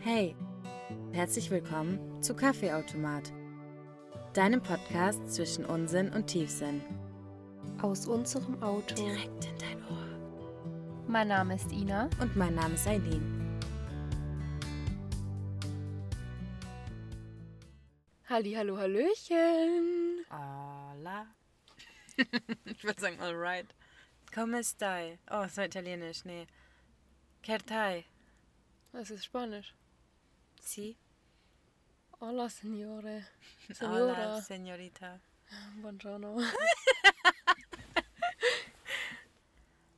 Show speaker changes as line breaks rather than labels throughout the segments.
Hey, herzlich willkommen zu Kaffeeautomat, deinem Podcast zwischen Unsinn und Tiefsinn.
Aus unserem Auto.
Direkt in dein Ohr.
Mein Name ist Ina.
Und mein Name ist Eileen.
Halli, hallo, hallöchen.
Hola. ich würde sagen, alright. Come stai? Oh, es war italienisch, nee. Kertai.
Das ist Spanisch.
Si.
Hola, Signore.
Hola,
Signora.
señorita.
Buongiorno.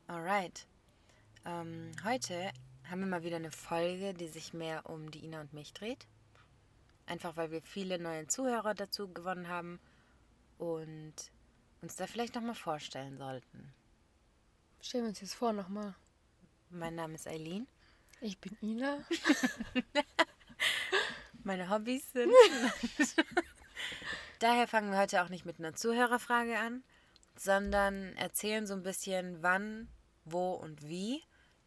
Alright. Ähm, heute haben wir mal wieder eine Folge, die sich mehr um die Ina und mich dreht. Einfach weil wir viele neue Zuhörer dazu gewonnen haben und uns da vielleicht nochmal vorstellen sollten.
Stellen wir uns jetzt vor nochmal.
Mein Name ist Eileen.
Ich bin Ina.
Meine Hobbys sind. Daher fangen wir heute auch nicht mit einer Zuhörerfrage an, sondern erzählen so ein bisschen, wann, wo und wie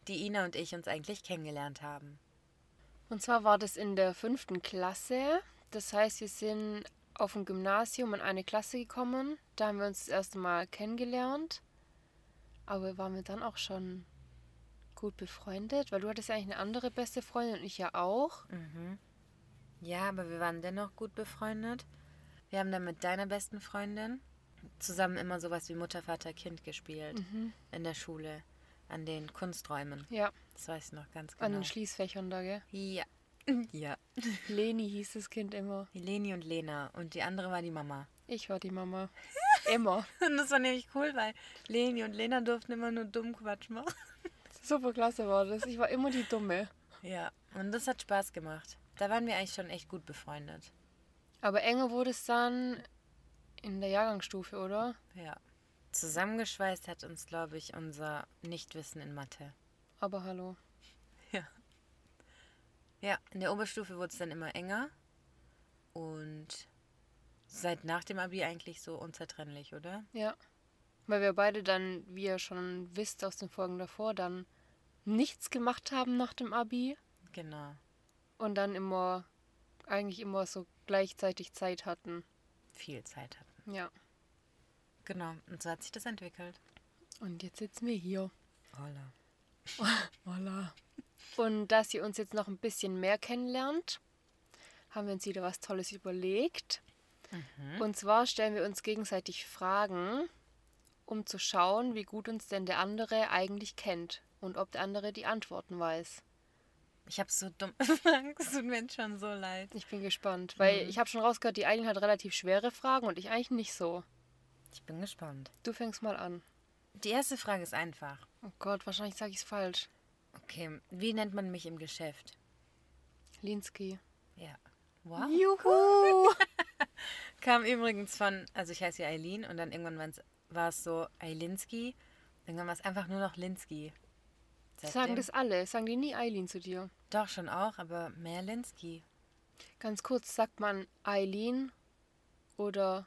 die Ina und ich uns eigentlich kennengelernt haben.
Und zwar war das in der fünften Klasse. Das heißt, wir sind auf dem Gymnasium in eine Klasse gekommen. Da haben wir uns das erste Mal kennengelernt. Aber waren wir dann auch schon gut befreundet, weil du hattest ja eigentlich eine andere beste Freundin und ich ja auch.
Ja, aber wir waren dennoch gut befreundet. Wir haben dann mit deiner besten Freundin zusammen immer sowas wie Mutter, Vater, Kind gespielt in der Schule an den Kunsträumen.
Ja,
Das weiß ich noch ganz
an
genau.
den Schließfächern da, gell?
ja. Ja.
Leni hieß das Kind immer.
Leni und Lena und die andere war die Mama.
Ich war die Mama. Immer.
Und das war nämlich cool, weil Leni und Lena durften immer nur dumm Quatsch machen.
Super klasse war das. Ich war immer die Dumme.
Ja. Und das hat Spaß gemacht. Da waren wir eigentlich schon echt gut befreundet.
Aber enger wurde es dann in der Jahrgangsstufe, oder?
Ja. Zusammengeschweißt hat uns, glaube ich, unser Nichtwissen in Mathe.
Aber hallo.
Ja, in der Oberstufe wurde es dann immer enger und seit nach dem Abi eigentlich so unzertrennlich, oder?
Ja. Weil wir beide dann, wie ihr schon wisst aus den Folgen davor, dann nichts gemacht haben nach dem Abi
Genau.
und dann immer, eigentlich immer so gleichzeitig Zeit hatten.
Viel Zeit hatten.
Ja.
Genau, und so hat sich das entwickelt.
Und jetzt sitzen wir hier.
Holla.
Voila. Und dass ihr uns jetzt noch ein bisschen mehr kennenlernt, haben wir uns wieder was Tolles überlegt. Und zwar stellen wir uns gegenseitig Fragen, um zu schauen, wie gut uns denn der andere eigentlich kennt und ob der andere die Antworten weiß.
Ich habe so dumm Fragen, es tut mir jetzt schon so leid.
Ich bin gespannt, weil ich habe schon rausgehört, die Eileen hat relativ schwere Fragen und ich eigentlich nicht so.
Ich bin gespannt.
Du fängst mal an.
Die erste Frage ist einfach.
Oh Gott, wahrscheinlich sage ich es falsch.
Okay, wie nennt man mich im Geschäft?
Linsky.
Ja. Wow.
Juhu!
Kam übrigens von, also ich heiße ja Eileen und dann irgendwann waren's- war es so Eilinski, irgendwann war es einfach nur noch Linsky.
sagen
Seitdem-
das alle, sagen die nie Eileen zu dir.
Doch, schon auch, aber mehr Linsky.
Ganz kurz, sagt man Eileen oder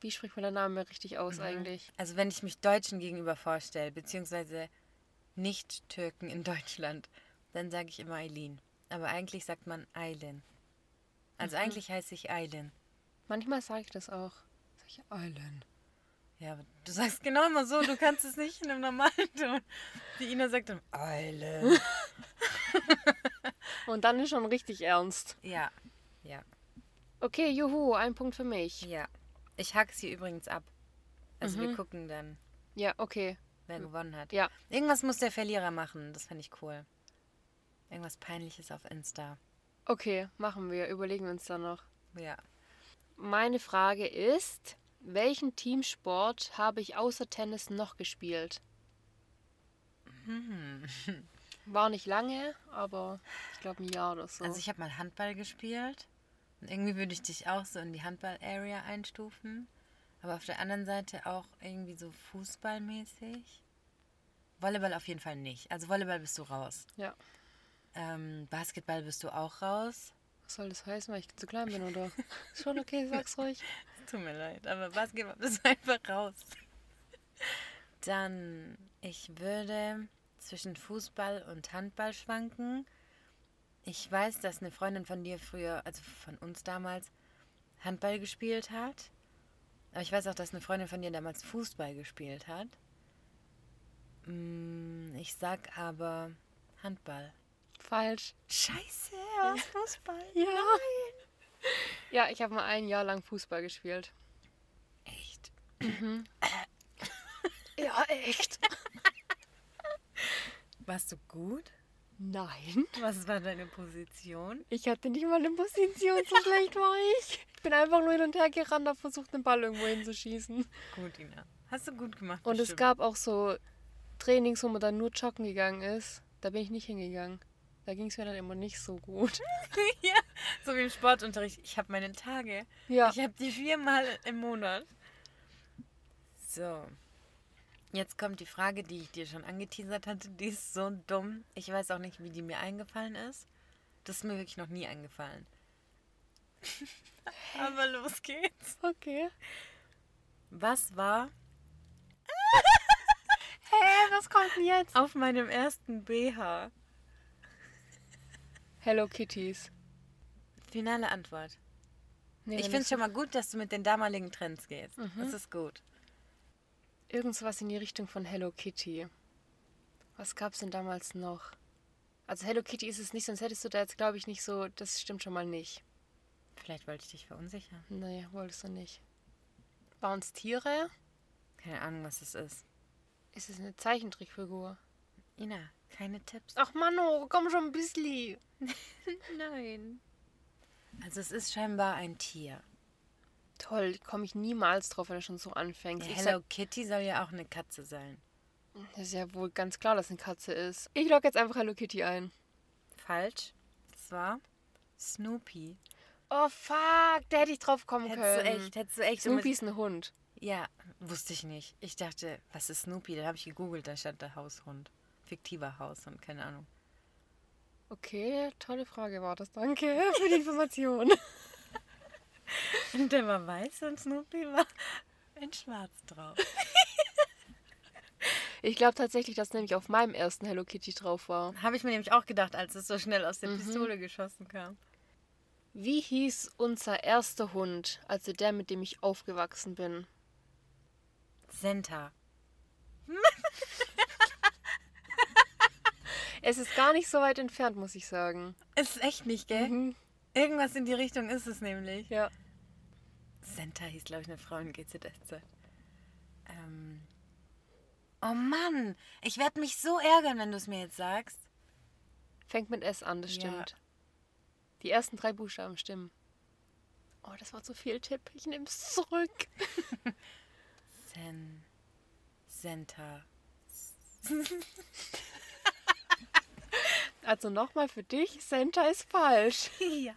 wie spricht man den Namen richtig aus eigentlich?
Also wenn ich mich Deutschen gegenüber vorstelle, beziehungsweise Nicht-Türken in Deutschland, dann sage ich immer Eileen. Aber eigentlich sagt man Eilen. Also
Mhm.
eigentlich heiße ich Eilen.
Manchmal sage ich das auch. Sag ich Eileen.
Ja, aber du sagst genau immer so, du kannst es nicht in einem normalen Ton. Die Ina sagt dann Eilen.
Und dann ist schon richtig ernst.
Ja, ja,
Okay, juhu, ein Punkt für mich.
ja. Ich hack sie übrigens ab. Also wir gucken dann,
Ja, okay.
wer gewonnen hat.
Ja,
Irgendwas muss der Verlierer machen, das fand ich cool. Irgendwas Peinliches auf Insta.
okay, machen wir. Überlegen wir uns dann noch.
Ja.
Meine Frage ist, welchen Teamsport habe ich außer Tennis noch gespielt? Hm. War nicht lange, aber ich glaube ein Jahr oder so.
Also ich habe mal Handball gespielt. Und irgendwie würde ich dich auch so in die Handball-Area einstufen. Aber auf der anderen Seite auch irgendwie so fußballmäßig. Volleyball auf jeden Fall nicht. Also Volleyball bist du raus.
ja.
Ähm, Basketball bist du auch raus.
Was soll das heißen, weil ich zu klein bin, oder? Ist schon okay, sag's ruhig.
Tut mir leid, aber Basketball bist du einfach raus. Dann, ich würde zwischen Fußball und Handball schwanken. Ich weiß, dass eine Freundin von dir früher, also von uns damals, Handball gespielt hat. Aber ich weiß auch, dass eine Freundin von dir damals Fußball gespielt hat. Mm, Ich sag aber Handball.
Falsch.
Scheiße, was ist Fußball?
Ja. Ja, ich habe mal ein Jahr lang Fußball gespielt.
Echt?
Ja, echt?
Warst du gut?
Nein.
Was war deine Position?
Ich hatte nicht mal eine Position, so schlecht war ich. Ich bin einfach nur hin und her gerannt, habe versucht, den Ball irgendwo hinzuschießen.
Gut, Ina. Hast du gut gemacht.
Und es
bestimmt.
gab auch so Trainings, wo man dann nur joggen gegangen ist. Da bin ich nicht hingegangen. Da ging es mir dann immer nicht so gut.
ja, so wie im Sportunterricht. Ich habe meine Tage.
Ja.
Ich habe die viermal im Monat. So. Jetzt kommt die Frage, die ich dir schon angeteasert hatte. Die ist so dumm. Ich weiß auch nicht, wie die mir eingefallen ist. Das ist mir wirklich noch nie eingefallen. Aber los geht's.
Okay.
Was war
Hä, was kommt denn jetzt?
auf meinem ersten BH?
Hello Kitties.
Finale Antwort.
Nee,
ich
wenn
finde
das
es schon mal gut, dass du mit den damaligen Trends gehst. Das ist gut.
Irgendwas in die Richtung von Hello Kitty. Was gab's denn damals noch? Also Hello Kitty ist es nicht, sonst hättest du da jetzt, glaube ich, nicht so... Das stimmt schon mal nicht.
Vielleicht wollte ich dich verunsichern.
Nee, wolltest du nicht. Waren's Tiere?
Keine Ahnung, was es ist.
Ist es eine Zeichentrickfigur?
Ina, keine Tipps.
Ach Mano, komm schon ein bisschen.
Nein. Also es ist scheinbar ein Tier.
Toll, komme ich niemals drauf, wenn du schon so anfängst. Ich
Hello Kitty soll ja auch eine Katze sein.
sag, das ist ja wohl ganz klar, dass eine Katze ist. Ich logge jetzt einfach Hello Kitty ein.
Falsch. Es war Snoopy.
Oh fuck, da hätte ich drauf kommen
Hättest du
können.
echt, hättest du echt.
Snoopy ist ein Hund.
Ja, wusste ich nicht. Ich dachte, was ist Snoopy? Dann habe ich gegoogelt, da stand der Haushund. Fiktiver Haushund, keine Ahnung.
Okay, tolle Frage war das. Danke für die Information.
Und der war weiß und Snoopy war in schwarz drauf.
Ich glaube tatsächlich, dass nämlich auf meinem ersten Hello Kitty drauf war.
habe ich mir nämlich auch gedacht, als es so schnell aus der Pistole geschossen kam.
Wie hieß unser erster Hund, also der, mit dem ich aufgewachsen bin?
Senta.
Es ist gar nicht so weit entfernt, muss ich sagen.
Ist echt nicht, gell?
Mhm.
Irgendwas in die Richtung ist es nämlich.
Ja.
Senta hieß, glaube ich, eine Frau in GZSZ. Ähm. Oh Mann, ich werde mich so ärgern, wenn du es mir jetzt sagst.
Fängt mit S an, das
Ja.
stimmt. Die ersten drei Buchstaben stimmen. Oh, das war zu viel Tipp. Ich nehme es zurück.
Sen. Senta.
Also nochmal für dich, Santa ist falsch.
Ja.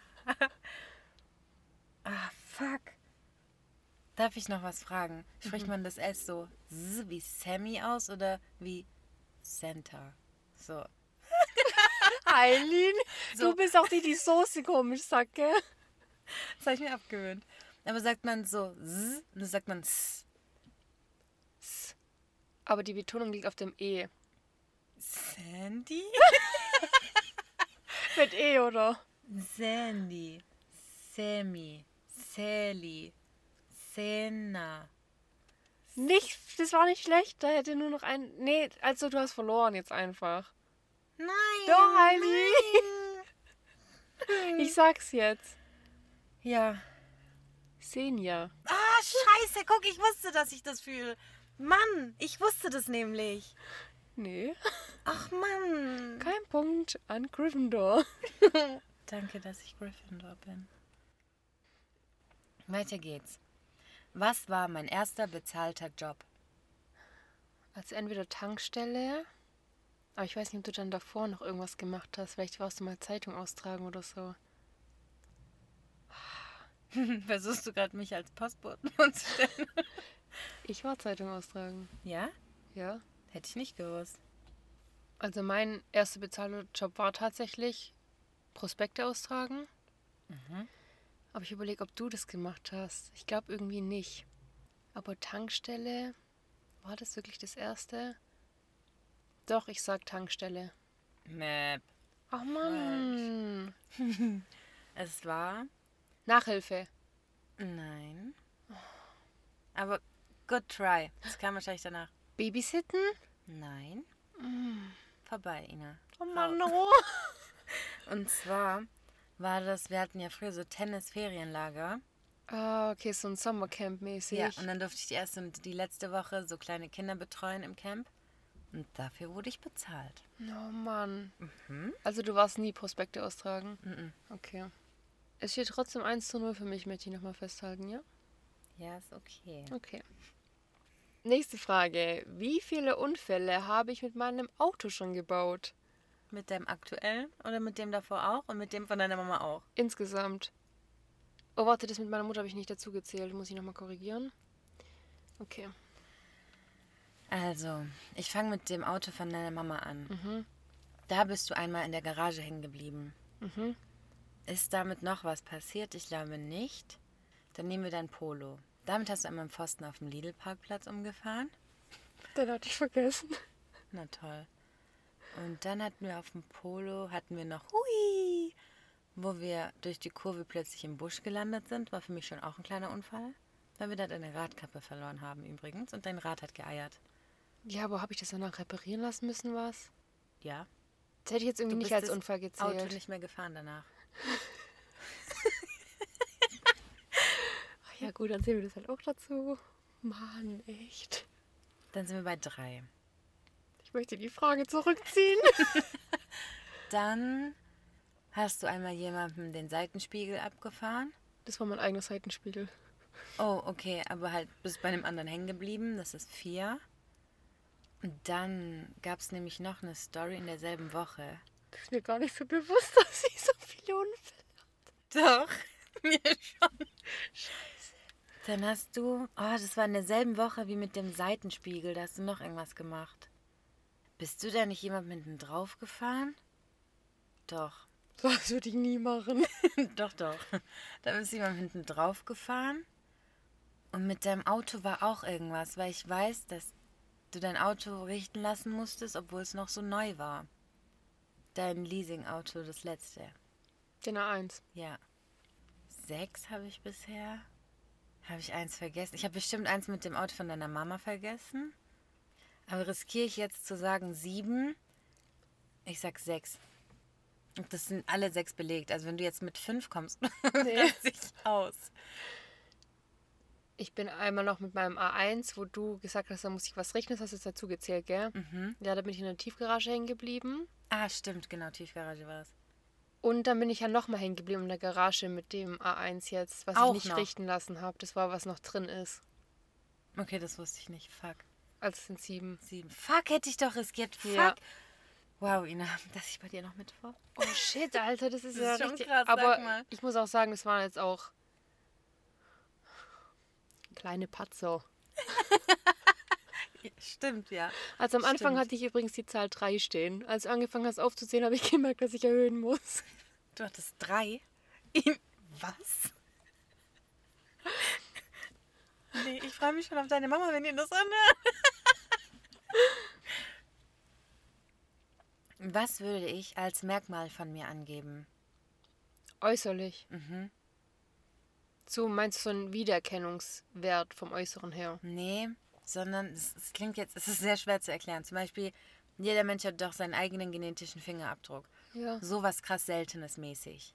Ah, fuck. Darf ich noch was fragen? Spricht man das S so z wie Sammy aus oder wie Senta? So.
Eileen,
So.
du bist auch die, die Soße komisch sagt, gell?
Das habe ich mir abgewöhnt. Aber sagt man so z, und dann sagt man s.
Aber die Betonung liegt auf dem E.
Sandy?
Mit E, oder?
Sandy, Sammy, Sally, Senna.
Nicht, das war nicht schlecht. Da hätte nur noch ein... Nee, also du hast verloren jetzt einfach.
Nein!
Doch, Eileen. Ich sag's jetzt.
Ja.
Senja.
Ah, scheiße, guck, ich wusste, dass ich das fühle. Mann, ich wusste das nämlich.
Nee,
Ach Mann.
kein Punkt an Gryffindor.
Danke, dass ich Gryffindor bin. Weiter geht's. Was war mein erster bezahlter Job?
Also entweder Tankstelle, aber ich weiß nicht, ob du dann davor noch irgendwas gemacht hast. Vielleicht warst du mal Zeitung austragen oder so.
Versuchst du gerade mich als Postboten anzustellen?
Ich war Zeitung austragen,
Ja?
ja.
Hätte ich nicht gewusst.
Also mein erster bezahlter Job war tatsächlich Prospekte austragen. Mhm. Aber ich überlege, ob du das gemacht hast. Ich glaube irgendwie nicht. Aber Tankstelle, war das wirklich das erste? Doch, ich sag Tankstelle.
Map.
Ach Mann.
Es war.
Nachhilfe.
Nein. Aber good try. Das kam wahrscheinlich danach.
Babysitten?
Nein. Vorbei, Ina.
Oh Mann, oh.
Und zwar war das, wir hatten ja früher so Tennis-Ferienlager.
Ah, okay, so ein Sommercamp mäßig.
Ja, und dann durfte ich die erste und die letzte Woche so kleine Kinder betreuen im Camp. Und dafür wurde ich bezahlt.
Oh Mann. Also du warst nie Prospekte austragen? Okay. Es steht trotzdem 1 zu 0 für mich, möchte ich nochmal festhalten, ja?
Ja, ist okay.
Okay. Nächste Frage. Wie viele Unfälle habe ich mit meinem Auto schon gebaut?
Mit deinem aktuellen oder mit dem davor auch und mit dem von deiner Mama auch?
Insgesamt. Oh, warte, das mit meiner Mutter habe ich nicht dazu gezählt. Muss ich nochmal korrigieren? Okay.
Also, ich fange mit dem Auto von deiner Mama an. Da bist du einmal in der Garage hängen geblieben. Ist damit noch was passiert? Ich glaube nicht. Dann nehmen wir dein Polo. Damit hast du einmal einen Pfosten auf dem Lidl-Parkplatz umgefahren.
Den hatte ich vergessen.
Na toll. Und dann hatten wir auf dem Polo, hatten wir noch Hui, wo wir durch die Kurve plötzlich im Busch gelandet sind. War für mich schon auch ein kleiner Unfall, weil wir da deine Radkappe verloren haben übrigens und dein Rad hat geeiert.
Ja, aber habe ich das danach reparieren lassen müssen, was?
Ja.
Das hätte ich jetzt irgendwie
Du
nicht
bist
als
das
Unfall gezählt.
Auto nicht mehr gefahren danach.
Ach ja, gut, dann sehen wir das halt auch dazu. Mann, echt.
Dann sind wir bei drei.
Ich möchte die Frage zurückziehen.
Dann hast du einmal jemandem den Seitenspiegel abgefahren.
Das war mein eigener Seitenspiegel.
Oh, okay, aber halt bist bei einem anderen hängen geblieben. Das ist vier. Und dann gab es nämlich noch eine Story in derselben Woche.
Das ist mir gar nicht so bewusst, dass ich so viele Unfälle.
Doch, mir schon. Dann hast du, oh, das war in derselben Woche wie mit dem Seitenspiegel, da hast du noch irgendwas gemacht. Bist du da nicht jemand mitten drauf gefahren? Doch,
Das würde ich nie machen.
doch, doch. Da ist jemand hinten drauf gefahren. Und mit deinem Auto war auch irgendwas, weil ich weiß, dass du dein Auto richten lassen musstest, obwohl es noch so neu war. Dein Leasing-Auto, das letzte.
Den A1.
Ja. Sechs habe ich bisher. Habe ich eins vergessen? Ich habe bestimmt eins mit dem Auto von deiner Mama vergessen. Aber riskiere ich jetzt zu sagen sieben? Ich sag sechs. Und das sind alle sechs belegt. Also wenn du jetzt mit fünf kommst, nee. sich aus.
Ich bin einmal noch mit meinem A1, wo du gesagt hast, da muss ich was rechnen. Das hast du jetzt dazu gezählt, gell? Ja, da bin ich in der Tiefgarage hängen geblieben.
Ah, stimmt, genau, Tiefgarage war es.
Und dann bin ich ja nochmal hängen geblieben in der Garage mit dem A1 jetzt, was
Auch
ich nicht
noch.
richten lassen habe. Das war, was noch drin ist.
Okay, das wusste ich nicht. Fuck.
Also es sind sieben.
Sieben. Fuck, hätte ich doch riskiert. Fuck.
Ja.
Wow, Ina, dass ich bei dir noch mit war.
Oh shit, Alter, das ist
Das
ja
ist schon
richtig.
krass, sag
aber
mal.
ich muss auch sagen, es waren jetzt auch kleine Patzer.
Stimmt, ja.
Also am Anfang
Stimmt.
hatte ich übrigens die Zahl 3 stehen. Als du angefangen hast aufzuzählen, habe ich gemerkt, dass ich erhöhen muss.
Du hattest drei? In was? Nee, ich freue mich schon auf deine Mama, wenn ihr das anhört. Was würde ich als Merkmal von mir angeben?
Äußerlich.
Mhm.
So meinst du so einen Wiedererkennungswert vom Äußeren her?
Nee, sondern es, es klingt jetzt, es ist sehr schwer zu erklären. Zum Beispiel, jeder Mensch hat doch seinen eigenen genetischen Fingerabdruck.
Ja.
Sowas krass Seltenes mäßig.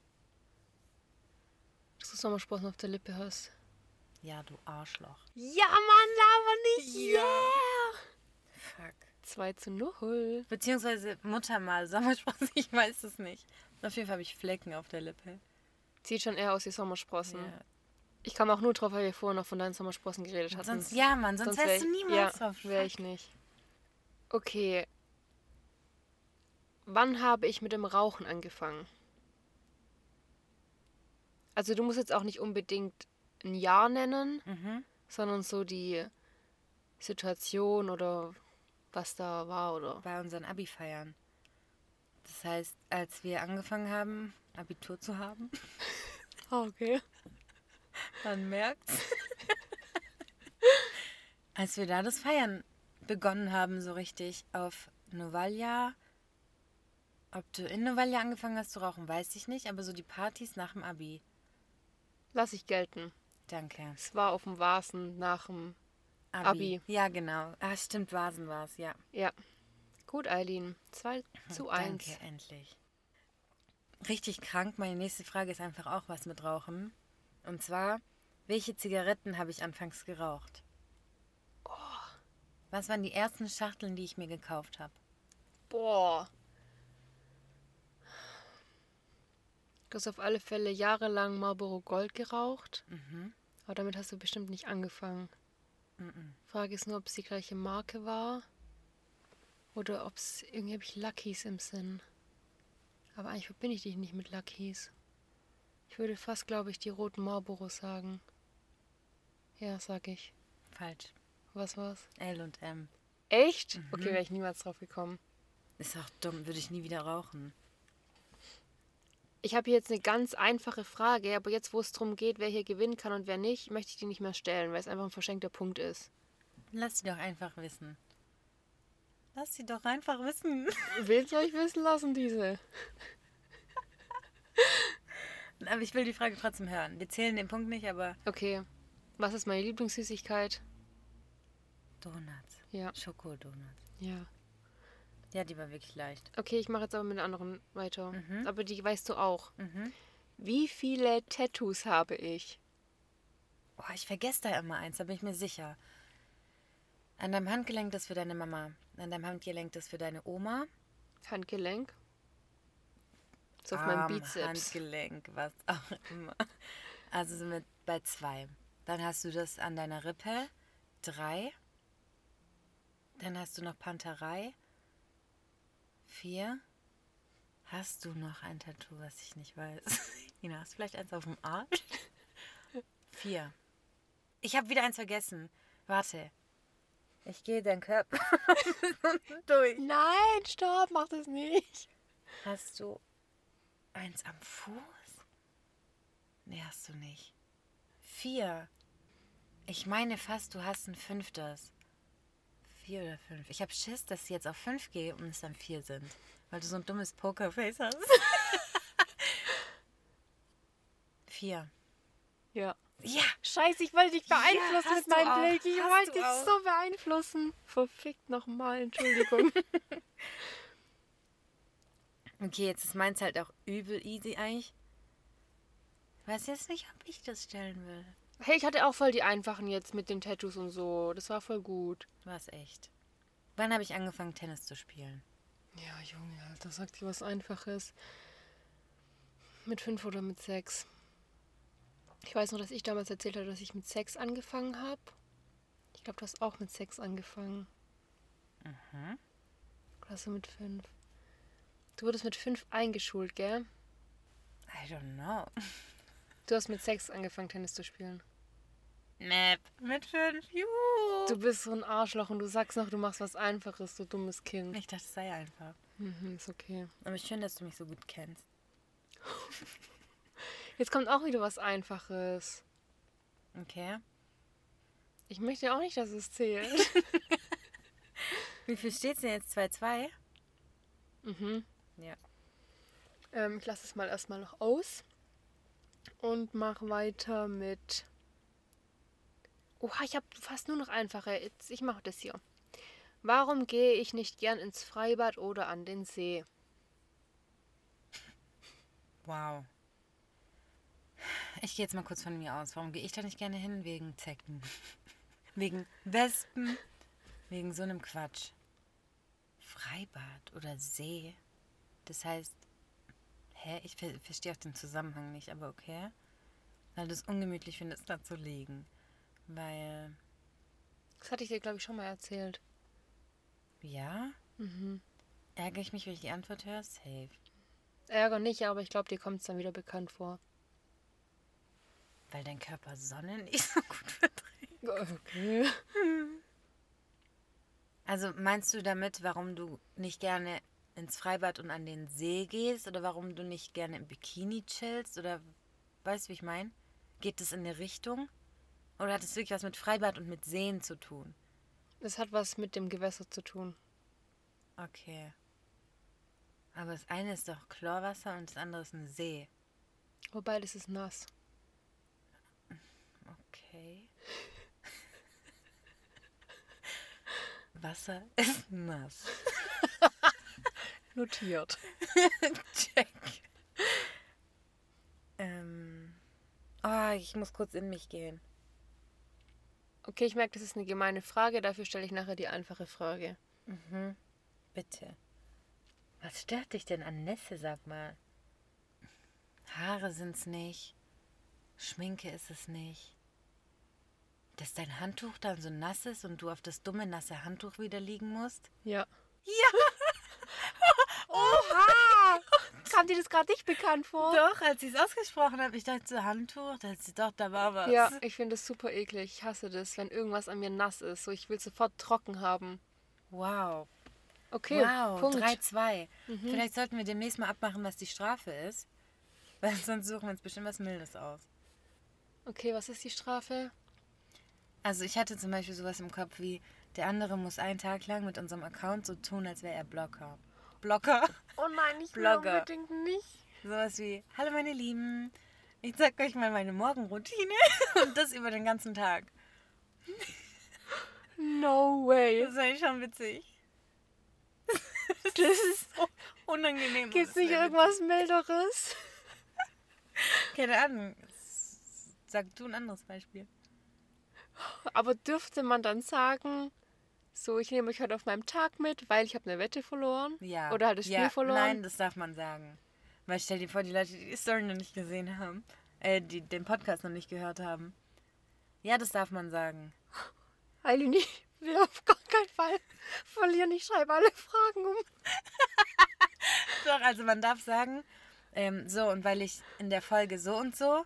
Dass du Sommersprossen auf der Lippe hast.
Ja, du Arschloch.
Ja, Mann, laber nicht! Ja!
Fuck.
2 zu 0.
Beziehungsweise Muttermal, Sommersprossen, ich weiß es nicht. Auf jeden Fall habe ich Flecken auf der Lippe.
Sieht schon eher aus wie Sommersprossen.
Ja.
Ich kam auch nur drauf, weil wir vorher noch von deinen Sommersprossen geredet hatten.
Sonst, ja, Mann, sonst,
wär
wärst du
ich-
niemals
ja,
auf
wäre ich nicht. Okay. Wann habe ich mit dem Rauchen angefangen? Also du musst jetzt auch nicht unbedingt ein Jahr nennen,
Mhm.
sondern so die Situation oder was da war oder
bei unseren Abi-Feiern. Das heißt, als wir angefangen haben, Abitur zu haben, Oh,
okay.
man merkt's. als wir da das Feiern begonnen haben, so richtig auf Novalia, Ob du in Novalia angefangen hast zu rauchen, weiß ich nicht, aber so die Partys nach dem Abi.
Lass ich gelten.
Danke.
Es war auf dem Vasen nach dem. Abi.
Ja, genau. Ah, stimmt, Vasen war es, ja.
Ja. Gut, Eileen. 2 zu 1.
Danke, endlich. Richtig krank. Meine nächste Frage ist einfach auch was mit Rauchen. Und zwar, welche Zigaretten habe ich anfangs geraucht? Was waren die ersten Schachteln, die ich mir gekauft habe?
Boah. Du hast auf alle Fälle jahrelang Marlboro Gold geraucht. Aber damit hast du bestimmt nicht angefangen. Frage ist nur, ob es die gleiche Marke war. Oder ob es. Irgendwie habe ich Luckies im Sinn. Aber eigentlich verbinde ich dich nicht mit Luckies. Ich würde fast, glaube ich, die roten Marlboros sagen. Ja, sag ich.
Falsch.
Was war's? Mhm.
L und M.
Echt? Okay, wäre ich niemals drauf gekommen.
Ist auch dumm, würde ich nie wieder rauchen.
Ich habe hier jetzt eine ganz einfache Frage, aber jetzt, wo es darum geht, wer hier gewinnen kann und wer nicht, möchte ich die nicht mehr stellen, weil es einfach ein verschenkter Punkt ist.
Lass sie doch einfach wissen. Lass sie doch einfach wissen.
Willst du euch wissen lassen, diese?
Aber ich will die Frage trotzdem hören. Wir zählen den Punkt nicht, aber
Okay. Was ist meine Lieblingssüßigkeit?
Donuts.
Ja.
Schokodonuts.
Ja.
Ja, die war wirklich leicht.
Okay, ich mache jetzt aber mit der anderen weiter. Aber die weißt du auch. Wie viele Tattoos habe ich?
Oh, ich vergesse da immer eins, da bin ich mir sicher. An deinem Handgelenk das für deine Mama. An deinem Handgelenk das für deine Oma.
Handgelenk. So auf meinem
Arm,
Bizeps.
Handgelenk, was auch immer. Also sind wir bei zwei. Dann hast du das an deiner Rippe. Drei. Dann hast du noch Panterei. Vier. Hast du noch ein Tattoo, was ich nicht weiß? Ina, hast du vielleicht eins auf dem Arm? Vier. Ich habe wieder eins vergessen. Warte. Ich gehe deinen Körper durch.
Nein, stopp, mach das nicht.
Hast du eins am Fuß? Nee, hast du nicht. Vier. Ich meine fast, du hast ein fünftes. Vier oder fünf. Ich habe Schiss, dass ich jetzt auf fünf gehe und es dann vier sind. Weil du so ein dummes Pokerface hast. vier.
Ja.
Ja,
Scheiße, ich wollte dich beeinflussen
hast
mit
du
meinem
auch,
Blick. Ich
hast
wollte
du
dich
auch.
so beeinflussen. Verfickt nochmal, Entschuldigung.
Okay, jetzt ist meins halt auch übel easy eigentlich. Ich weiß jetzt nicht, ob ich das stellen will.
hey, ich hatte auch voll die einfachen jetzt mit den Tattoos und so. Das war voll gut.
Was echt. Wann habe ich angefangen, Tennis zu spielen?
Ja, Junge, Alter, sag dir was Einfaches. Mit fünf oder mit sechs. Ich weiß noch, dass ich damals erzählt habe, dass ich mit sechs angefangen habe. Ich glaube, du hast auch mit sechs angefangen. Mhm. Klasse mit fünf. Du wurdest mit fünf eingeschult, gell?
I don't know.
Du hast mit sechs angefangen, Tennis zu spielen.
Map. Mit fünf. Juhu.
Du bist so ein Arschloch und du sagst noch, du machst was Einfaches, du dummes Kind.
Ich dachte, es sei einfach.
Mhm, ist okay.
Aber schön, dass du mich so gut kennst.
Jetzt kommt auch wieder was Einfaches.
Okay.
Ich möchte auch nicht, dass es zählt.
Wie viel steht's denn jetzt? 2-2?
Mhm.
Ja.
Ähm, ich lasse es mal erstmal noch aus und mache weiter mit. Oha, ich habe fast nur noch einfache. Jetzt, ich mache das hier. Warum gehe ich nicht gern ins Freibad oder an den See?
Wow. Ich gehe jetzt mal kurz von mir aus. Warum gehe ich da nicht gerne hin? Wegen Zecken. Wegen Wespen. Wegen so einem Quatsch. Freibad oder See. Das heißt, hä? Ich ver verstehe auch den Zusammenhang nicht, aber okay. Weil du es ungemütlich findest, da zu liegen. Weil,
Das hatte ich dir, glaube ich, schon mal erzählt.
ja? Ärgere ich mich, wenn ich die Antwort höre? Safe.
Ärger nicht, aber ich glaube, dir kommt es dann wieder bekannt vor.
Weil dein Körper Sonne nicht so gut verträgt.
Okay.
Also meinst du damit, warum du nicht gerne ins Freibad und an den See gehst oder warum du nicht gerne im Bikini chillst oder weißt du, wie ich meine? Geht es in eine Richtung? Oder hat es wirklich was mit Freibad und mit Seen zu tun?
Das hat was mit dem Gewässer zu tun.
Okay. Aber das eine ist doch Chlorwasser und das andere ist ein See.
Wobei, das Oh, ist nass.
Okay. Wasser ist nass.
Notiert.
Check. Ähm. Oh, ich muss kurz in mich gehen.
Okay, ich merke, das ist eine gemeine Frage. Dafür stelle ich nachher die einfache Frage.
Bitte. Was stört dich denn an Nässe, sag mal? Haare sind's nicht. Schminke ist es nicht. Dass dein Handtuch dann so nass ist und du auf das dumme, nasse Handtuch wieder liegen musst?
Ja.
Ja,
Oha! Kam dir das gerade nicht bekannt vor?
doch, als ich es ausgesprochen habe, ich dachte so Handtuch, da ist doch, da war was.
Ja, ich finde das super eklig. Ich hasse das, wenn irgendwas an mir nass ist. So, ich will sofort trocken haben.
Wow.
Okay,
Wow,
Punkt. Mhm.
3-2. Vielleicht sollten wir demnächst mal abmachen, was die Strafe ist. Weil sonst suchen wir uns bestimmt was Mildes aus.
Okay, was ist die Strafe?
Also ich hatte zum Beispiel sowas im Kopf wie, der andere muss einen Tag lang mit unserem Account so tun, als wäre er Blocker. Blocker.
Oh nein, ich
will Blogger.
unbedingt nicht.
Sowas wie, hallo meine Lieben, ich zeig euch mal meine Morgenroutine und das über den ganzen Tag.
No way.
Das ist eigentlich schon witzig.
Das ist,
Unangenehm. aber
gibt's
das
nicht
wär
irgendwas milderes?
witzig. Keine Ahnung. Sag du ein anderes Beispiel.
Aber dürfte man dann sagen, so, ich nehme euch heute auf meinem Tag mit, weil ich habe eine Wette verloren?
Ja.
Oder halt das Spiel
ja,
verloren?
Nein, das darf man sagen. Weil stell dir vor, die Leute, die die Story noch nicht gesehen haben, äh, die den Podcast noch nicht gehört haben. Ja, das darf man sagen.
Eileen, ich will auf gar keinen Fall verlieren. Ich schreibe alle Fragen um.
Doch, also man darf sagen, ähm, so und weil ich in der Folge so und so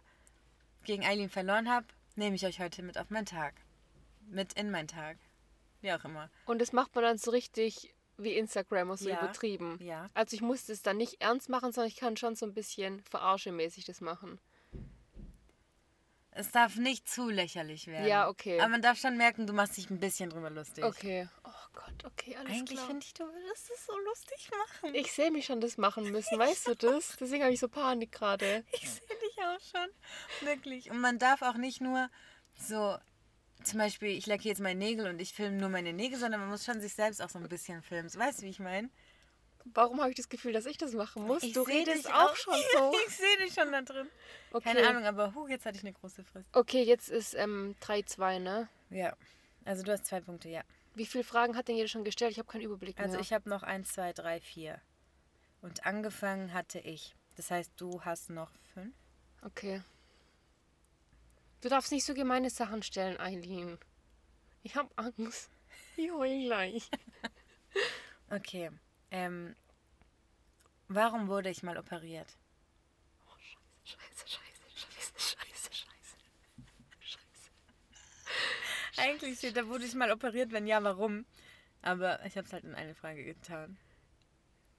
gegen Eileen verloren habe, nehme ich euch heute mit auf meinen Tag. Mit in meinen Tag. Wie auch immer.
Und das macht man dann so richtig wie Instagram, und so
Ja.
übertrieben.
Ja.
Also ich muss das dann nicht ernst machen, sondern ich kann schon so ein bisschen verarschemäßig das machen.
Es darf nicht zu lächerlich werden.
Ja, okay.
Aber man darf schon merken, du machst dich ein bisschen drüber lustig.
Okay. Oh Gott, okay, alles
Eigentlich
klar.
finde ich, du würdest es so lustig machen.
Ich sehe mich schon das machen müssen, weißt du das? Deswegen habe ich so Panik gerade.
Ich sehe dich auch schon. Wirklich. Und man darf auch nicht nur so, zum Beispiel, ich lackiere jetzt meine Nägel und ich filme nur meine Nägel, sondern man muss schon sich selbst auch so ein bisschen filmen. So, Weißt du, wie ich meine?
Warum habe ich das Gefühl, dass ich das machen muss?
Ich
du
seh
redest
dich
auch
auch.
schon so.
Ich sehe dich schon da drin.
Okay.
Keine Ahnung, aber hu, jetzt hatte ich eine große Frist.
Okay, jetzt ist ähm, 3-2, ne?
Ja. Also du hast zwei Punkte, ja.
Wie viele Fragen hat denn jeder schon gestellt? Ich habe keinen Überblick mehr.
Also ich habe noch eins, zwei, drei, vier. Und angefangen hatte ich. Das heißt, du hast noch fünf.
Okay. Du darfst nicht so gemeine Sachen stellen, Eileen. Ich hab Angst. Ich heul gleich.
Okay. Ähm, warum wurde ich mal operiert?
Scheiße, scheiße, scheiße, scheiße, scheiße. Scheiße.
Eigentlich steht da, wurde ich mal operiert, wenn ja, warum? Aber ich habe es halt in eine Frage getan.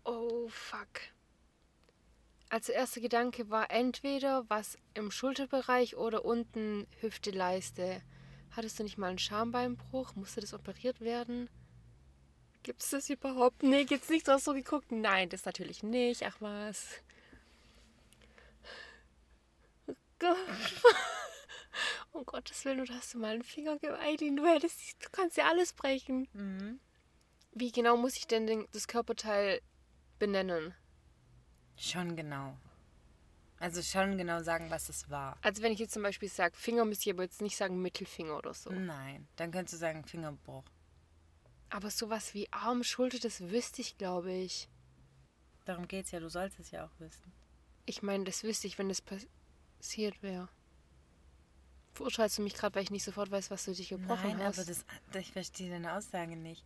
Oh, fuck. Also erster Gedanke war entweder was im Schulterbereich oder unten Hüfte, Leiste. Hattest du nicht mal einen Schambeinbruch? Musste das operiert werden? Gibt's das überhaupt? Nee, gibt's nicht. Du hast so geguckt. Nein, das natürlich nicht. Ach was. Oh Um Gottes Willen, du hast du mal einen Finger geweiht. Du hättest, du kannst ja alles brechen. Wie genau muss ich denn den, das Körperteil benennen?
Schon genau. Also schon genau sagen, was es war.
Also wenn ich jetzt zum Beispiel sage, Finger müsste ich aber jetzt nicht sagen Mittelfinger oder so.
Nein. Dann könntest du sagen Fingerbruch.
Aber sowas wie Arm, Schulter, das wüsste ich, glaube ich.
Darum geht's ja, du sollst es ja auch wissen.
Ich meine, das wüsste ich, wenn das pass- passiert wäre. Verurteilst du mich gerade, weil ich nicht sofort weiß, was du dich gebrochen
Nein,
hast?
aber das, ich verstehe deine Aussage nicht.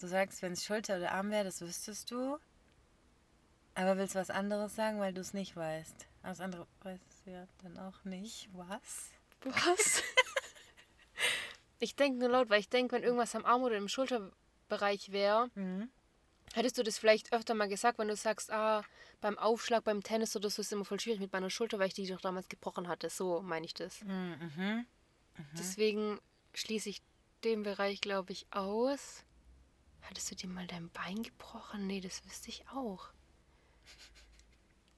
Du sagst, wenn es Schulter oder Arm wäre, das wüsstest du. Aber willst was anderes sagen, weil du es nicht weißt. Aber das andere weißt du ja dann auch nicht. Was?
was? ich denke nur laut, weil ich denke, wenn irgendwas am Arm oder im Schulterbereich wäre, hättest du das vielleicht öfter mal gesagt, wenn du sagst, ah, beim Aufschlag, beim Tennis oder so ist immer voll schwierig mit meiner Schulter, weil ich die doch damals gebrochen hatte. So meine ich das. Deswegen schließe ich den Bereich, glaube ich, aus. Hattest du dir mal dein Bein gebrochen? Nee, das wüsste ich auch.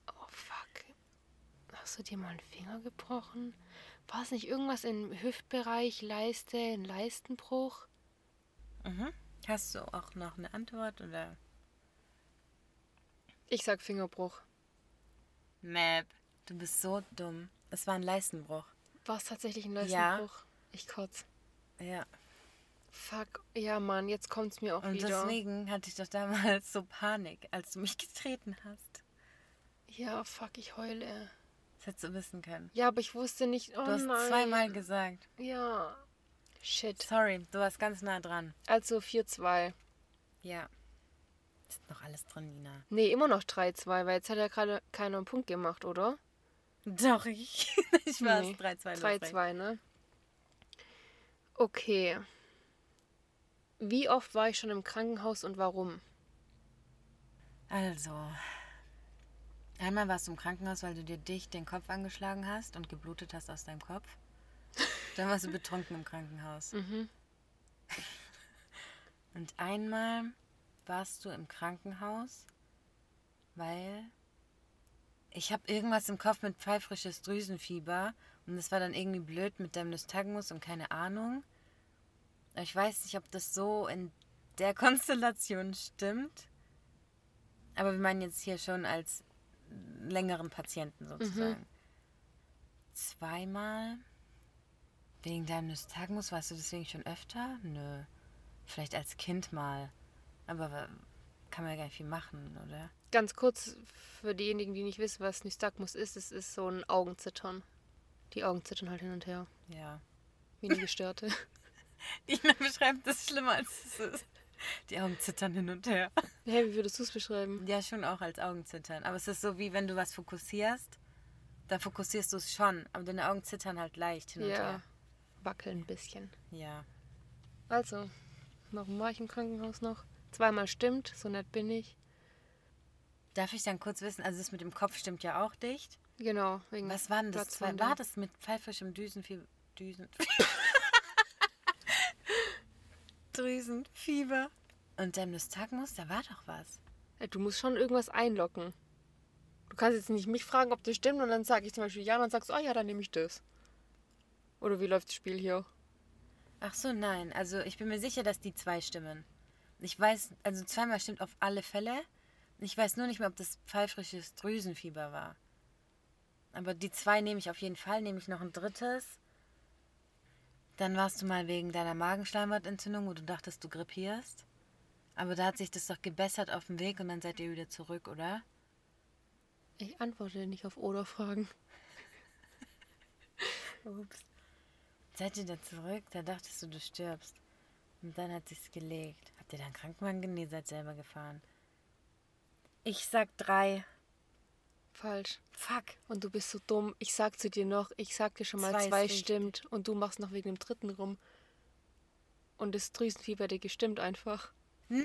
Oh, fuck. Hast du dir mal einen Finger gebrochen? War es nicht irgendwas im Hüftbereich, Leiste, ein Leistenbruch?
Mhm. Hast du auch noch eine Antwort oder?
Ich sag Fingerbruch.
Map. Du bist so dumm. Es war ein Leistenbruch.
War es tatsächlich ein Leistenbruch? Ich kotz.
Ja.
Fuck. Ja, Mann, jetzt kommt's mir auch
Und
wieder.
deswegen hatte ich doch damals so Panik, als du mich getreten hast.
Ja, fuck, ich heule.
Das hättest du wissen können.
Ja, aber ich wusste nicht. Oh
Du hast
nein.
zweimal gesagt.
Ja. Shit.
Sorry, du warst ganz nah dran.
Also 4-2.
Ja. Ist noch alles drin, Nina.
Nee, immer noch 3-2, weil jetzt hat ja gerade keiner einen Punkt gemacht, oder?
Doch, ich. Ich war
Nee.
es. 3-2.
3-2, ne? Okay. Wie oft war ich schon im Krankenhaus und warum?
Also. Einmal warst du im Krankenhaus, weil du dir dicht den Kopf angeschlagen hast und geblutet hast aus deinem Kopf. Dann warst du betrunken im Krankenhaus. Und einmal warst du im Krankenhaus, weil ich habe irgendwas im Kopf mit pfeifrisches Drüsenfieber und das war dann irgendwie blöd mit deinem Nystagmus und keine Ahnung. Aber Ich weiß nicht, ob das so in der Konstellation stimmt. Aber wir meinen jetzt hier schon als längeren Patienten sozusagen. Zweimal. Wegen deinem Nystagmus warst du deswegen schon öfter? Nö. Vielleicht als Kind mal. Aber wa- kann man ja gar nicht viel machen, oder?
Ganz kurz für diejenigen, die nicht wissen, was Nystagmus ist, es ist so ein Augenzittern. Die Augen zittern halt hin und her.
Ja.
Wie eine gestörte.
Ina beschreibt das schlimmer, als es ist. Die Augen zittern hin und her.
Hä, wie würdest du es beschreiben?
Ja, schon auch als Augenzittern. Aber es ist so, wie wenn du was fokussierst, dann fokussierst du es schon. Aber deine Augen zittern halt leicht hin und
Ja.
her.
Wackeln ein bisschen.
Ja.
Also, warum war ich im Krankenhaus noch? Zweimal stimmt, so nett bin ich.
Darf ich dann kurz wissen, also das mit dem Kopf stimmt ja auch dicht.
Genau, wegen
Was war denn das? Zwei,
Platzwunde.
war das mit pfeifrischem Düsenfieber? Düsen. Drüsenfieber. Und deinem Nystagmus, da war doch was.
Äh, Du musst schon irgendwas einlocken. Du kannst jetzt nicht mich fragen, ob das stimmt und dann sage ich zum Beispiel ja und dann sagst du, ah ja, dann nehme ich das. Oder wie läuft das Spiel hier?
Ach so, nein. Also ich bin mir sicher, dass die zwei stimmen. Ich weiß, also zweimal stimmt auf alle Fälle. Ich weiß nur nicht mehr, ob das pfeifrisches Drüsenfieber war. Aber die zwei nehme ich auf jeden Fall, nehme ich noch ein drittes. Dann warst du mal wegen deiner Magenschleimhautentzündung, wo du dachtest, du grippierst. Aber da hat sich das doch gebessert auf dem Weg und dann seid ihr wieder zurück, oder?
Ich antworte nicht auf Oder-Fragen.
Ups. Seid ihr da zurück? Da dachtest du, du stirbst. Und dann hat sich's gelegt. Habt ihr da einen Krankenwagen genommen? Nee, seid selber gefahren. Ich sag drei.
Falsch.
Fuck.
Und du bist so dumm. Ich sag zu dir noch, ich sag dir schon mal,
Zwei
zwei,
ist richtig.
stimmt. Und du machst noch wegen dem dritten rum. Und das Drüsenfieber dir gestimmt einfach.
Nein!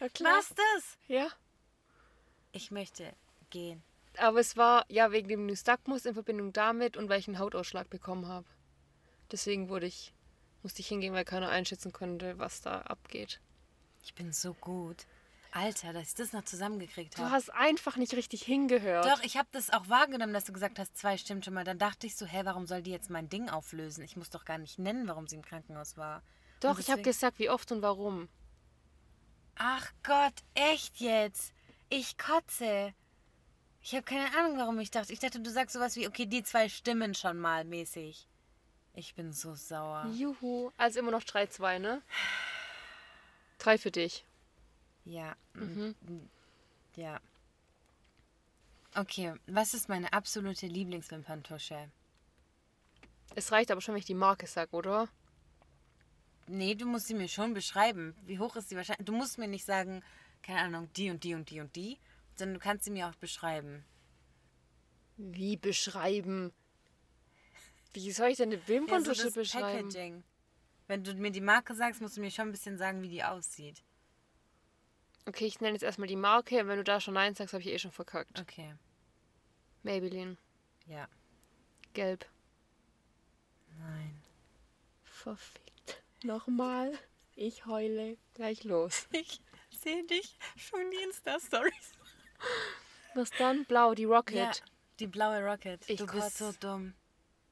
Na klar.
Was das?
Ja?
Ich möchte gehen.
Aber es war ja wegen dem Nystagmus in Verbindung damit und weil ich einen Hautausschlag bekommen habe. Deswegen wurde ich, musste ich hingehen, weil keiner einschätzen konnte, was da abgeht.
Ich bin so gut. Alter, dass ich das noch zusammengekriegt
Du
habe.
hast einfach nicht richtig hingehört.
Doch, ich habe das auch wahrgenommen, dass du gesagt hast, zwei stimmt schon mal. Dann dachte ich so, hä, warum soll die jetzt mein Ding auflösen? Ich muss doch gar nicht nennen, warum sie im Krankenhaus war.
Doch,
Und
ich habe
deswegen-
gesagt, wie oft und warum.
Ach Gott, echt jetzt? Ich kotze. Ich habe keine Ahnung, warum ich dachte. Ich dachte, du sagst sowas wie, okay, die zwei stimmen schon mal mäßig. Ich bin so sauer.
Juhu. Also immer noch 3-2, ne? Drei für dich.
Ja. mm, Ja. Okay, was ist meine absolute Lieblingswimperntusche?
Es reicht aber schon, wenn ich die Marke sag, oder?
Nee, du musst sie mir schon beschreiben. Wie hoch ist die Wahrscheinlichkeit? Du musst mir nicht sagen, keine Ahnung, die und die und die und die, sondern du kannst sie mir auch beschreiben.
Wie beschreiben? Wie soll ich denn eine
Ja, so
Wimperntusche
das
beschreiben?
Packaging. Wenn du mir die Marke sagst, musst du mir schon ein bisschen sagen, wie die aussieht.
Okay, ich nenne jetzt erstmal die Marke und wenn du da schon Nein sagst, habe ich eh schon verkackt.
Okay,
Maybelline.
ja.
Gelb.
Nein.
Verfickt. Nochmal. Ich heule gleich los.
Ich sehe dich schon die Insta-Stories.
Was dann? Blau, die Rocket.
Ja, die blaue Rocket.
Ich
du bist
kotz.
so dumm.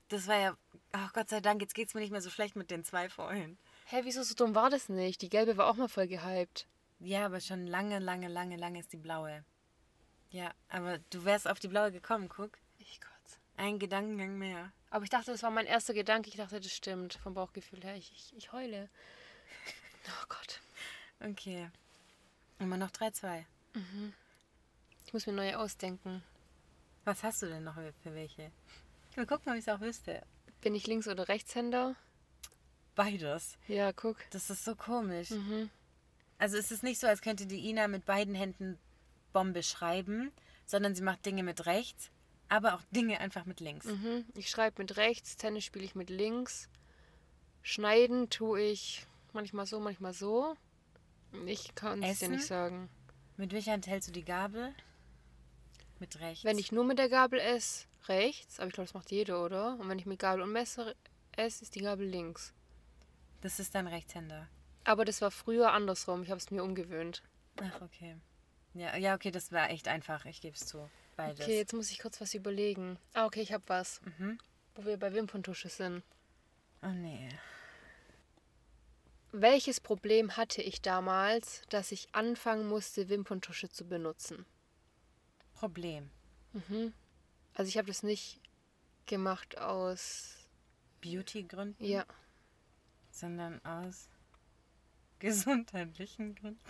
Das war ja, ach Gott sei Dank, jetzt geht's mir nicht mehr so schlecht mit den zwei vorhin.
Hä, wieso so dumm war das nicht? Die gelbe war auch mal voll gehypt.
Ja, aber schon lange, lange, lange, lange ist die blaue. Ja, aber du wärst auf die blaue gekommen, guck.
Ich kurz.
Ein Gedankengang mehr.
Aber ich dachte, das war mein erster Gedanke. Ich dachte, das stimmt. Vom Bauchgefühl her. Ich, ich, ich heule. Oh Gott.
Okay. Immer noch 3-2.
Ich muss mir neue ausdenken.
Was hast du denn noch für welche? Wir gucken, ob ich es auch wüsste.
Bin ich Links- oder Rechtshänder?
Beides.
Ja, guck.
Das ist so komisch.
Mhm.
Also es ist nicht so, als könnte die Ina mit beiden Händen Bombe schreiben, sondern sie macht Dinge mit rechts, aber auch Dinge einfach mit links.
Mhm. Ich schreibe mit rechts, Tennis spiele ich mit links. Schneiden tue ich manchmal so, manchmal so. Ich kann es dir
Essen?
nicht sagen.
Mit welcher Hand hältst du die Gabel? Mit rechts.
Wenn ich nur mit der Gabel esse, rechts. Aber ich glaube, das macht jeder, oder? Und wenn ich mit Gabel und Messer esse, ist die Gabel links.
Das ist dann Rechtshänder.
Aber das war früher andersrum. Ich habe es mir umgewöhnt.
Ach, okay. Ja, ja, okay, das war echt einfach. Ich gebe es zu. Beides.
Okay, jetzt muss ich kurz was überlegen. Ah, okay, ich habe was. Wo wir bei Wimperntusche sind.
Oh nee.
Welches Problem hatte ich damals, dass ich anfangen musste, Wimperntusche zu benutzen?
Problem.
Also ich habe das nicht gemacht aus...
Beauty-Gründen,
Ja.
sondern aus gesundheitlichen Gründen.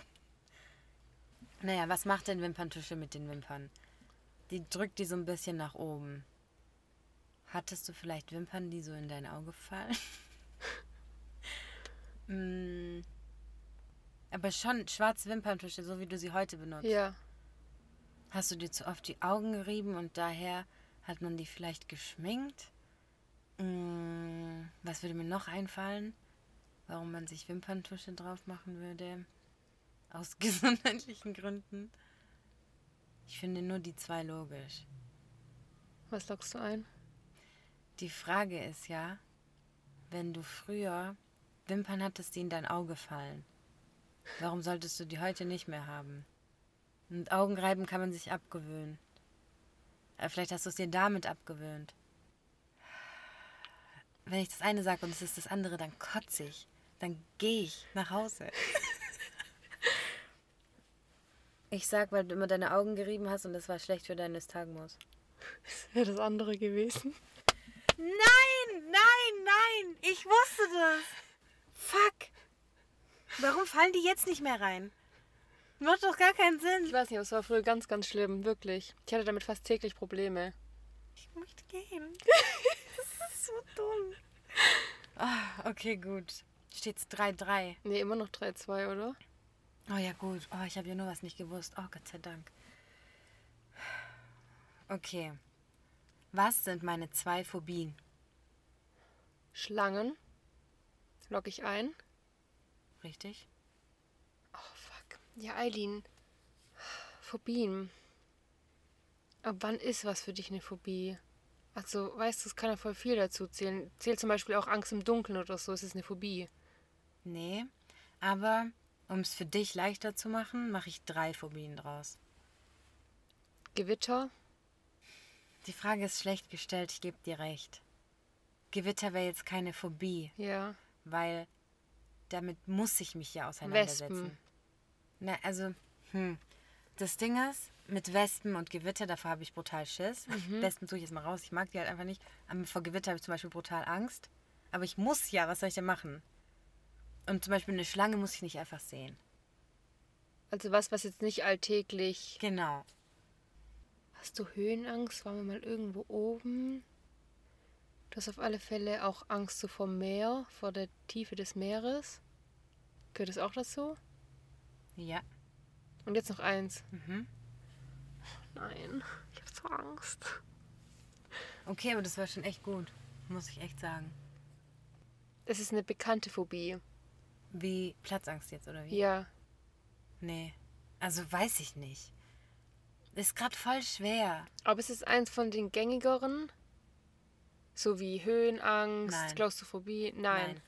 Naja, was macht denn Wimperntusche mit den Wimpern? Die drückt die so ein bisschen nach oben. Hattest du vielleicht Wimpern, die so in dein Auge fallen? Mm. Aber schon schwarze Wimperntusche, so wie du sie heute benutzt.
Ja.
Hast du dir zu oft die Augen gerieben und daher hat man die vielleicht geschminkt? Mm, was würde mir noch einfallen? Warum man sich Wimperntusche drauf machen würde? Aus gesundheitlichen Gründen? Ich finde nur die zwei logisch.
Was lockst du ein?
Die Frage ist ja, wenn du früher Wimpern hattest, die in dein Auge fallen, warum solltest du die heute nicht mehr haben? Und Augenreiben kann man sich abgewöhnen. Aber vielleicht hast du es dir damit abgewöhnt. Wenn ich das eine sage und es ist das andere, dann kotze ich. Dann gehe ich nach Hause. Ich sag, weil du immer deine Augen gerieben hast und das war schlecht für deinen Nystagmus.
Das wäre das andere gewesen.
Nein, nein, nein, ich wusste das. Fuck. Warum fallen die jetzt nicht mehr rein? Macht doch gar keinen
Ich
Sinn.
weiß nicht, aber es war früher ganz, ganz schlimm, wirklich. Ich hatte damit fast täglich Probleme.
Ich möchte gehen. Das ist so dumm. Ah, okay, gut. Steht's 3-3.
Nee, immer noch 3-2, oder?
Oh ja, gut. Oh, ich habe ja nur was nicht gewusst. Oh, Gott sei Dank. Okay. Was sind meine zwei Phobien?
Schlangen. Lock ich ein.
Richtig?
Oh, fuck. Ja, Eileen. Phobien. Ab wann ist was für dich eine Phobie? Also, weißt du, es kann ja voll viel dazu zählen. Zählt zum Beispiel auch Angst im Dunkeln oder so, ist es eine Phobie.
Nee, aber um es für dich leichter zu machen, mache ich drei Phobien draus.
Gewitter?
Die Frage ist schlecht gestellt, ich gebe dir recht. Gewitter wäre jetzt keine Phobie,
Ja.
weil damit muss ich mich ja auseinandersetzen.
Wespen.
Na, also, hm. Das Ding ist, mit Wespen und Gewitter, davor habe ich brutal Schiss. Wespen tue ich jetzt mal raus, ich mag die halt einfach nicht. Aber vor Gewitter habe ich zum Beispiel brutal Angst. Aber ich muss ja, was soll ich denn machen? Und zum Beispiel eine Schlange muss ich nicht einfach sehen.
Also was, was jetzt nicht alltäglich.
Genau.
Hast du Höhenangst? Waren wir mal irgendwo oben? Du hast auf alle Fälle auch Angst so vor Meer, vor der Tiefe des Meeres. Gehört das auch dazu?
Ja.
Und jetzt noch eins. Nein, ich habe so Angst.
Okay, aber das war schon echt gut, muss ich echt sagen.
Es ist eine bekannte Phobie.
Wie Platzangst jetzt, oder wie?
Ja.
Nee. Also weiß ich nicht. Ist gerade voll schwer.
Aber es ist eins von den gängigeren. So wie Höhenangst,
Nein.
Klaustrophobie. Nein.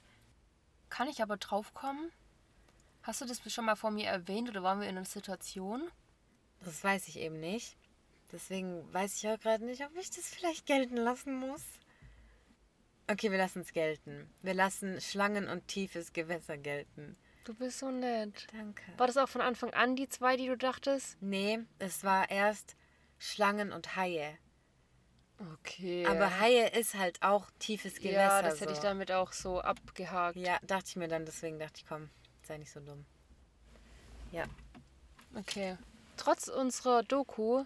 Kann ich aber draufkommen?
Hast du das schon mal vor mir erwähnt oder waren wir in einer Situation?
Das weiß ich eben nicht. Deswegen weiß ich auch gerade nicht, ob ich das vielleicht gelten lassen muss. Okay, wir lassen es gelten. Wir lassen Schlangen und tiefes Gewässer gelten.
Du bist so nett.
Danke.
War das auch von Anfang an die zwei, die du dachtest?
Nee, es war erst Schlangen und Haie.
Okay.
Aber Haie ist halt auch tiefes Gewässer.
ja, das hätte ich
so.
damit auch so abgehakt.
Ja, dachte ich mir dann, deswegen dachte ich, komm, sei nicht so dumm. Ja.
Okay. Trotz unserer Doku,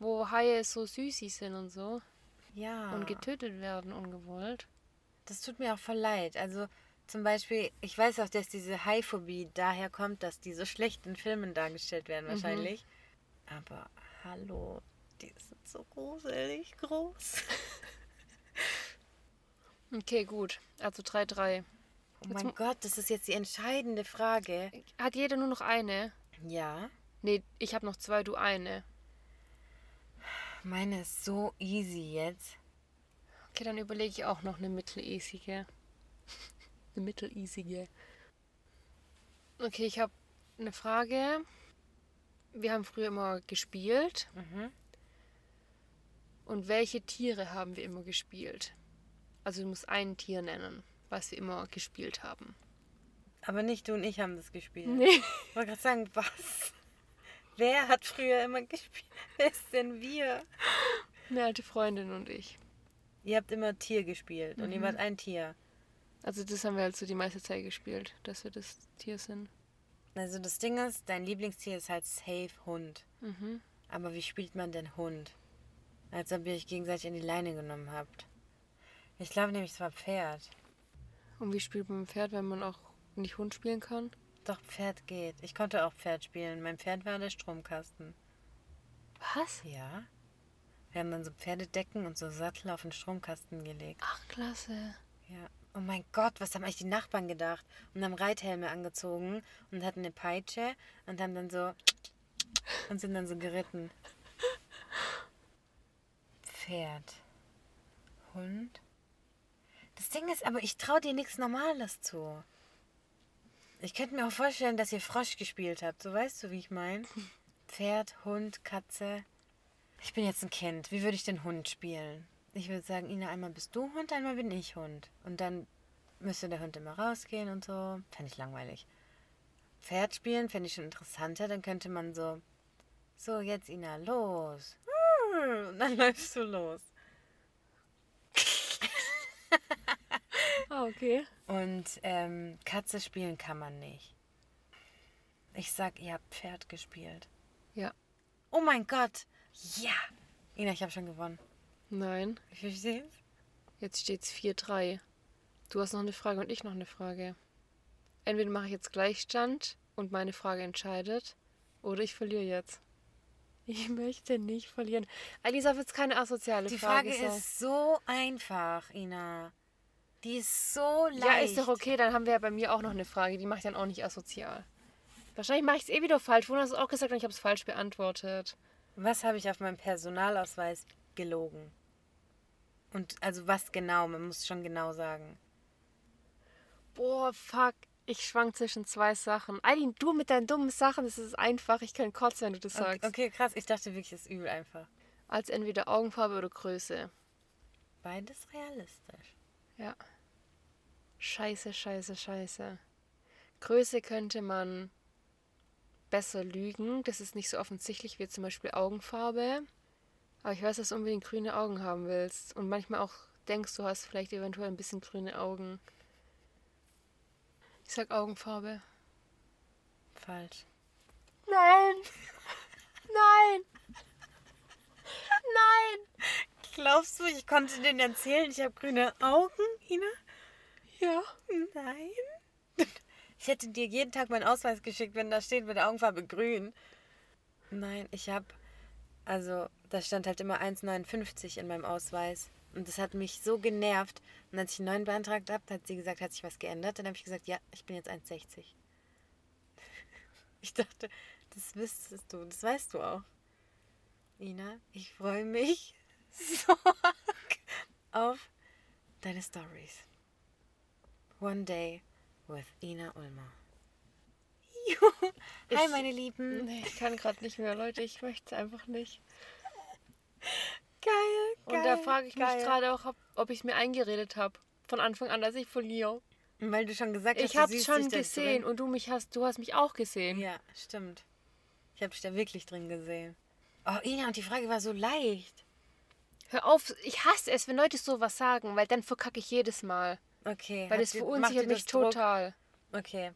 wo Haie so süßig sind und so
Ja.
und getötet werden ungewollt.
Das tut mir auch voll leid. Also zum Beispiel, ich weiß auch, dass diese Haiphobie daher kommt, dass die so schlecht in Filmen dargestellt werden wahrscheinlich. Aber hallo, die sind so gruselig groß.
Okay, gut. Also 3-3.
Oh mein Gott, das ist jetzt die entscheidende Frage.
Hat jeder nur noch eine?
Ja,
Nee, ich habe noch zwei, du eine.
meine ist so easy jetzt.
Okay, dann überlege ich auch noch eine mitteleasige. eine mitteleasige. Okay, ich habe eine Frage. Wir haben früher immer gespielt. Und welche Tiere haben wir immer gespielt? Also du musst ein Tier nennen, was wir immer gespielt haben.
Aber nicht du und ich haben das gespielt.
Nee.
Ich wollte gerade sagen, was? Wer hat früher immer gespielt? Wer ist denn wir?
Eine alte Freundin und ich.
Ihr habt immer Tier gespielt und jemand ein Tier.
Also das haben wir halt so die meiste Zeit gespielt, dass wir das Tier sind.
Also das Ding ist, dein Lieblingstier ist halt safe Hund. Aber wie spielt man denn Hund? Als ob ihr euch gegenseitig in die Leine genommen habt. Ich glaube nämlich, es war Pferd.
Und wie spielt man Pferd, wenn man auch nicht Hund spielen kann?
Doch, Pferd geht. Ich konnte auch Pferd spielen. Mein Pferd war der Stromkasten.
Was?
Ja? Wir haben dann so Pferdedecken und so Sattel auf den Stromkasten gelegt.
Ach, klasse.
Ja. Oh mein Gott, was haben eigentlich die Nachbarn gedacht? Und haben Reithelme angezogen und hatten eine Peitsche und haben dann so und sind dann so geritten. Pferd. Hund. Das Ding ist aber, ich traue dir nichts Normales zu. Ich könnte mir auch vorstellen, dass ihr Frosch gespielt habt. So weißt du, wie ich meine. Pferd, Hund, Katze. Ich bin jetzt ein Kind. Wie würde ich den Hund spielen? Ich würde sagen, Ina, einmal bist du Hund, einmal bin ich Hund. Und dann müsste der Hund immer rausgehen und so. Fände ich langweilig. Pferd spielen fände ich schon interessanter. Dann könnte man so, so jetzt Ina, los. Hm, Und dann läufst du los.
Ah, okay.
Und ähm, Katze spielen kann man nicht. Ich sag, ihr habt Pferd gespielt.
Ja.
Oh mein Gott. Ja. Ina, ich habe schon gewonnen.
Nein.
Wie viel steht's?
Jetzt steht's 4-3. Du hast noch eine Frage und ich noch eine Frage. Entweder mache ich jetzt Gleichstand und meine Frage entscheidet, oder ich verliere jetzt. Ich möchte nicht verlieren. Alice darf jetzt keine asoziale
Die
Frage
Frage
sein.
ist so einfach, Ina. Die ist so leicht.
Ja, ist doch okay, dann haben wir ja bei mir auch noch eine Frage, die mache ich dann auch nicht asozial. Wahrscheinlich mache ich es eh wieder falsch. Wona hat es auch gesagt und ich habe es falsch beantwortet.
Was habe ich auf meinem Personalausweis gelogen? Und also was genau? Man muss schon genau sagen.
Boah, fuck. Ich schwank zwischen zwei Sachen. Eileen, du mit deinen dummen Sachen, das ist einfach. Ich kann kotzen, wenn du das
Okay,
sagst.
okay, krass. Ich dachte wirklich, es ist übel einfach.
als entweder Augenfarbe oder Größe.
Beides realistisch.
Ja. Scheiße, scheiße, scheiße. Größe könnte man besser lügen. Das ist nicht so offensichtlich wie zum Beispiel Augenfarbe. Aber ich weiß, dass du unbedingt grüne Augen haben willst. Und manchmal auch denkst, du hast vielleicht eventuell ein bisschen grüne Augen. Ich sag Augenfarbe.
Falsch.
Nein! Nein! Nein!
Glaubst du, ich konnte denen erzählen, ich habe grüne Augen, Ina?
Ja.
Nein. Ich hätte dir jeden Tag meinen Ausweis geschickt, wenn da steht mit der Augenfarbe grün. Nein, ich habe, also da stand halt immer 1,59 in meinem Ausweis. Und das hat mich so genervt. Und als ich einen neuen beantragt habe, hat sie gesagt, hat sich was geändert. Dann habe ich gesagt, ja, ich bin jetzt 1,60. Ich dachte, das wüsstest du, das weißt du auch. Ina, ich freue mich so auf deine Stories. One Day with Ina Ulmer. Hi, meine Lieben.
Nee, ich kann gerade nicht mehr, Leute. Ich möchte es einfach nicht.
Geil,
Und da frage ich mich gerade auch, ob, ob ich es mir eingeredet habe. Von Anfang an, dass ich verliere.
Weil du schon gesagt hast,
Ich
du
habe es
siehst
schon
dich da
gesehen
Drin.
und du mich hast, du hast mich auch gesehen.
Ja, stimmt. Ich habe dich da wirklich drin gesehen. Oh, Ina, und die Frage war so leicht.
Hör auf, ich hasse es, wenn Leute sowas sagen, weil dann verkacke ich jedes Mal.
Okay.
Weil
hat
das
dir-
verunsichert
macht dir
mich
das Druck?
total.
Okay,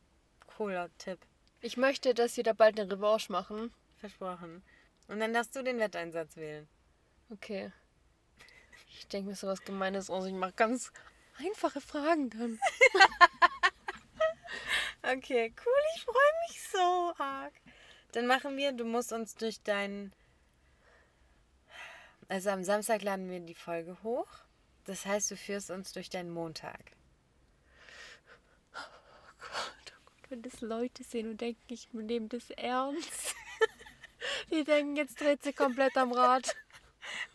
cooler Tipp.
Ich möchte, dass wir da bald eine Revanche machen.
Versprochen. Und dann darfst du den Wetteinsatz wählen.
Okay. Ich denke mir sowas Gemeines aus. Ich mache ganz einfache Fragen dann.
Okay, cool, ich freue mich so arg. Dann machen wir, du musst uns durch deinen. Also am Samstag laden wir die Folge hoch. Das heißt, du führst uns durch deinen Montag.
Wenn das Leute sehen und denken, ich nehme das ernst. Die denken, jetzt dreht sie komplett am Rad.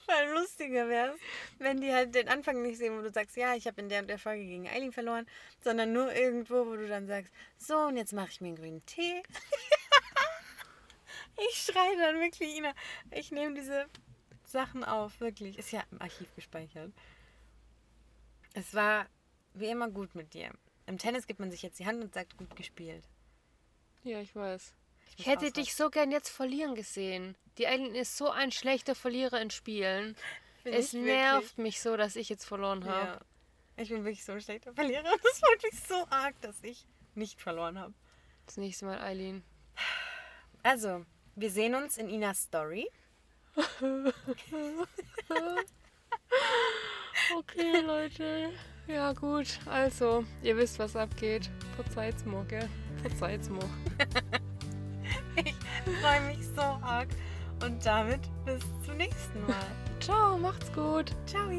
Weil lustiger wäre wenn die halt den Anfang nicht sehen, wo du sagst, ja, ich habe in der und der Folge gegen Eileen verloren, sondern nur irgendwo, wo du dann sagst, so und jetzt mache ich mir einen grünen Tee. ich schreie dann wirklich, Ina, ich nehme diese Sachen auf, wirklich. Ist ja im Archiv gespeichert. Es war wie immer gut mit dir. Im Tennis gibt man sich jetzt die Hand und sagt, gut gespielt.
Ja, ich weiß. Ich,
muss
hätte
ausrasten.
dich so gern jetzt verlieren gesehen. Die Eileen ist so ein schlechter Verlierer in Spielen.
Bin
es
ich
nervt mich so, dass ich jetzt verloren habe.
Ja. Ich bin wirklich so ein schlechter Verlierer. Das freut mich so arg, dass ich nicht verloren habe.
Das nächste Mal, Eileen.
Also, wir sehen uns in Inas Story.
Okay, Leute. Ja, gut. Also, ihr wisst, was abgeht. Verzeiht's mir, gell? Verzeiht's mir.
Ich freue mich so arg. Und damit bis zum nächsten Mal.
Ciao, macht's gut.
Ciao.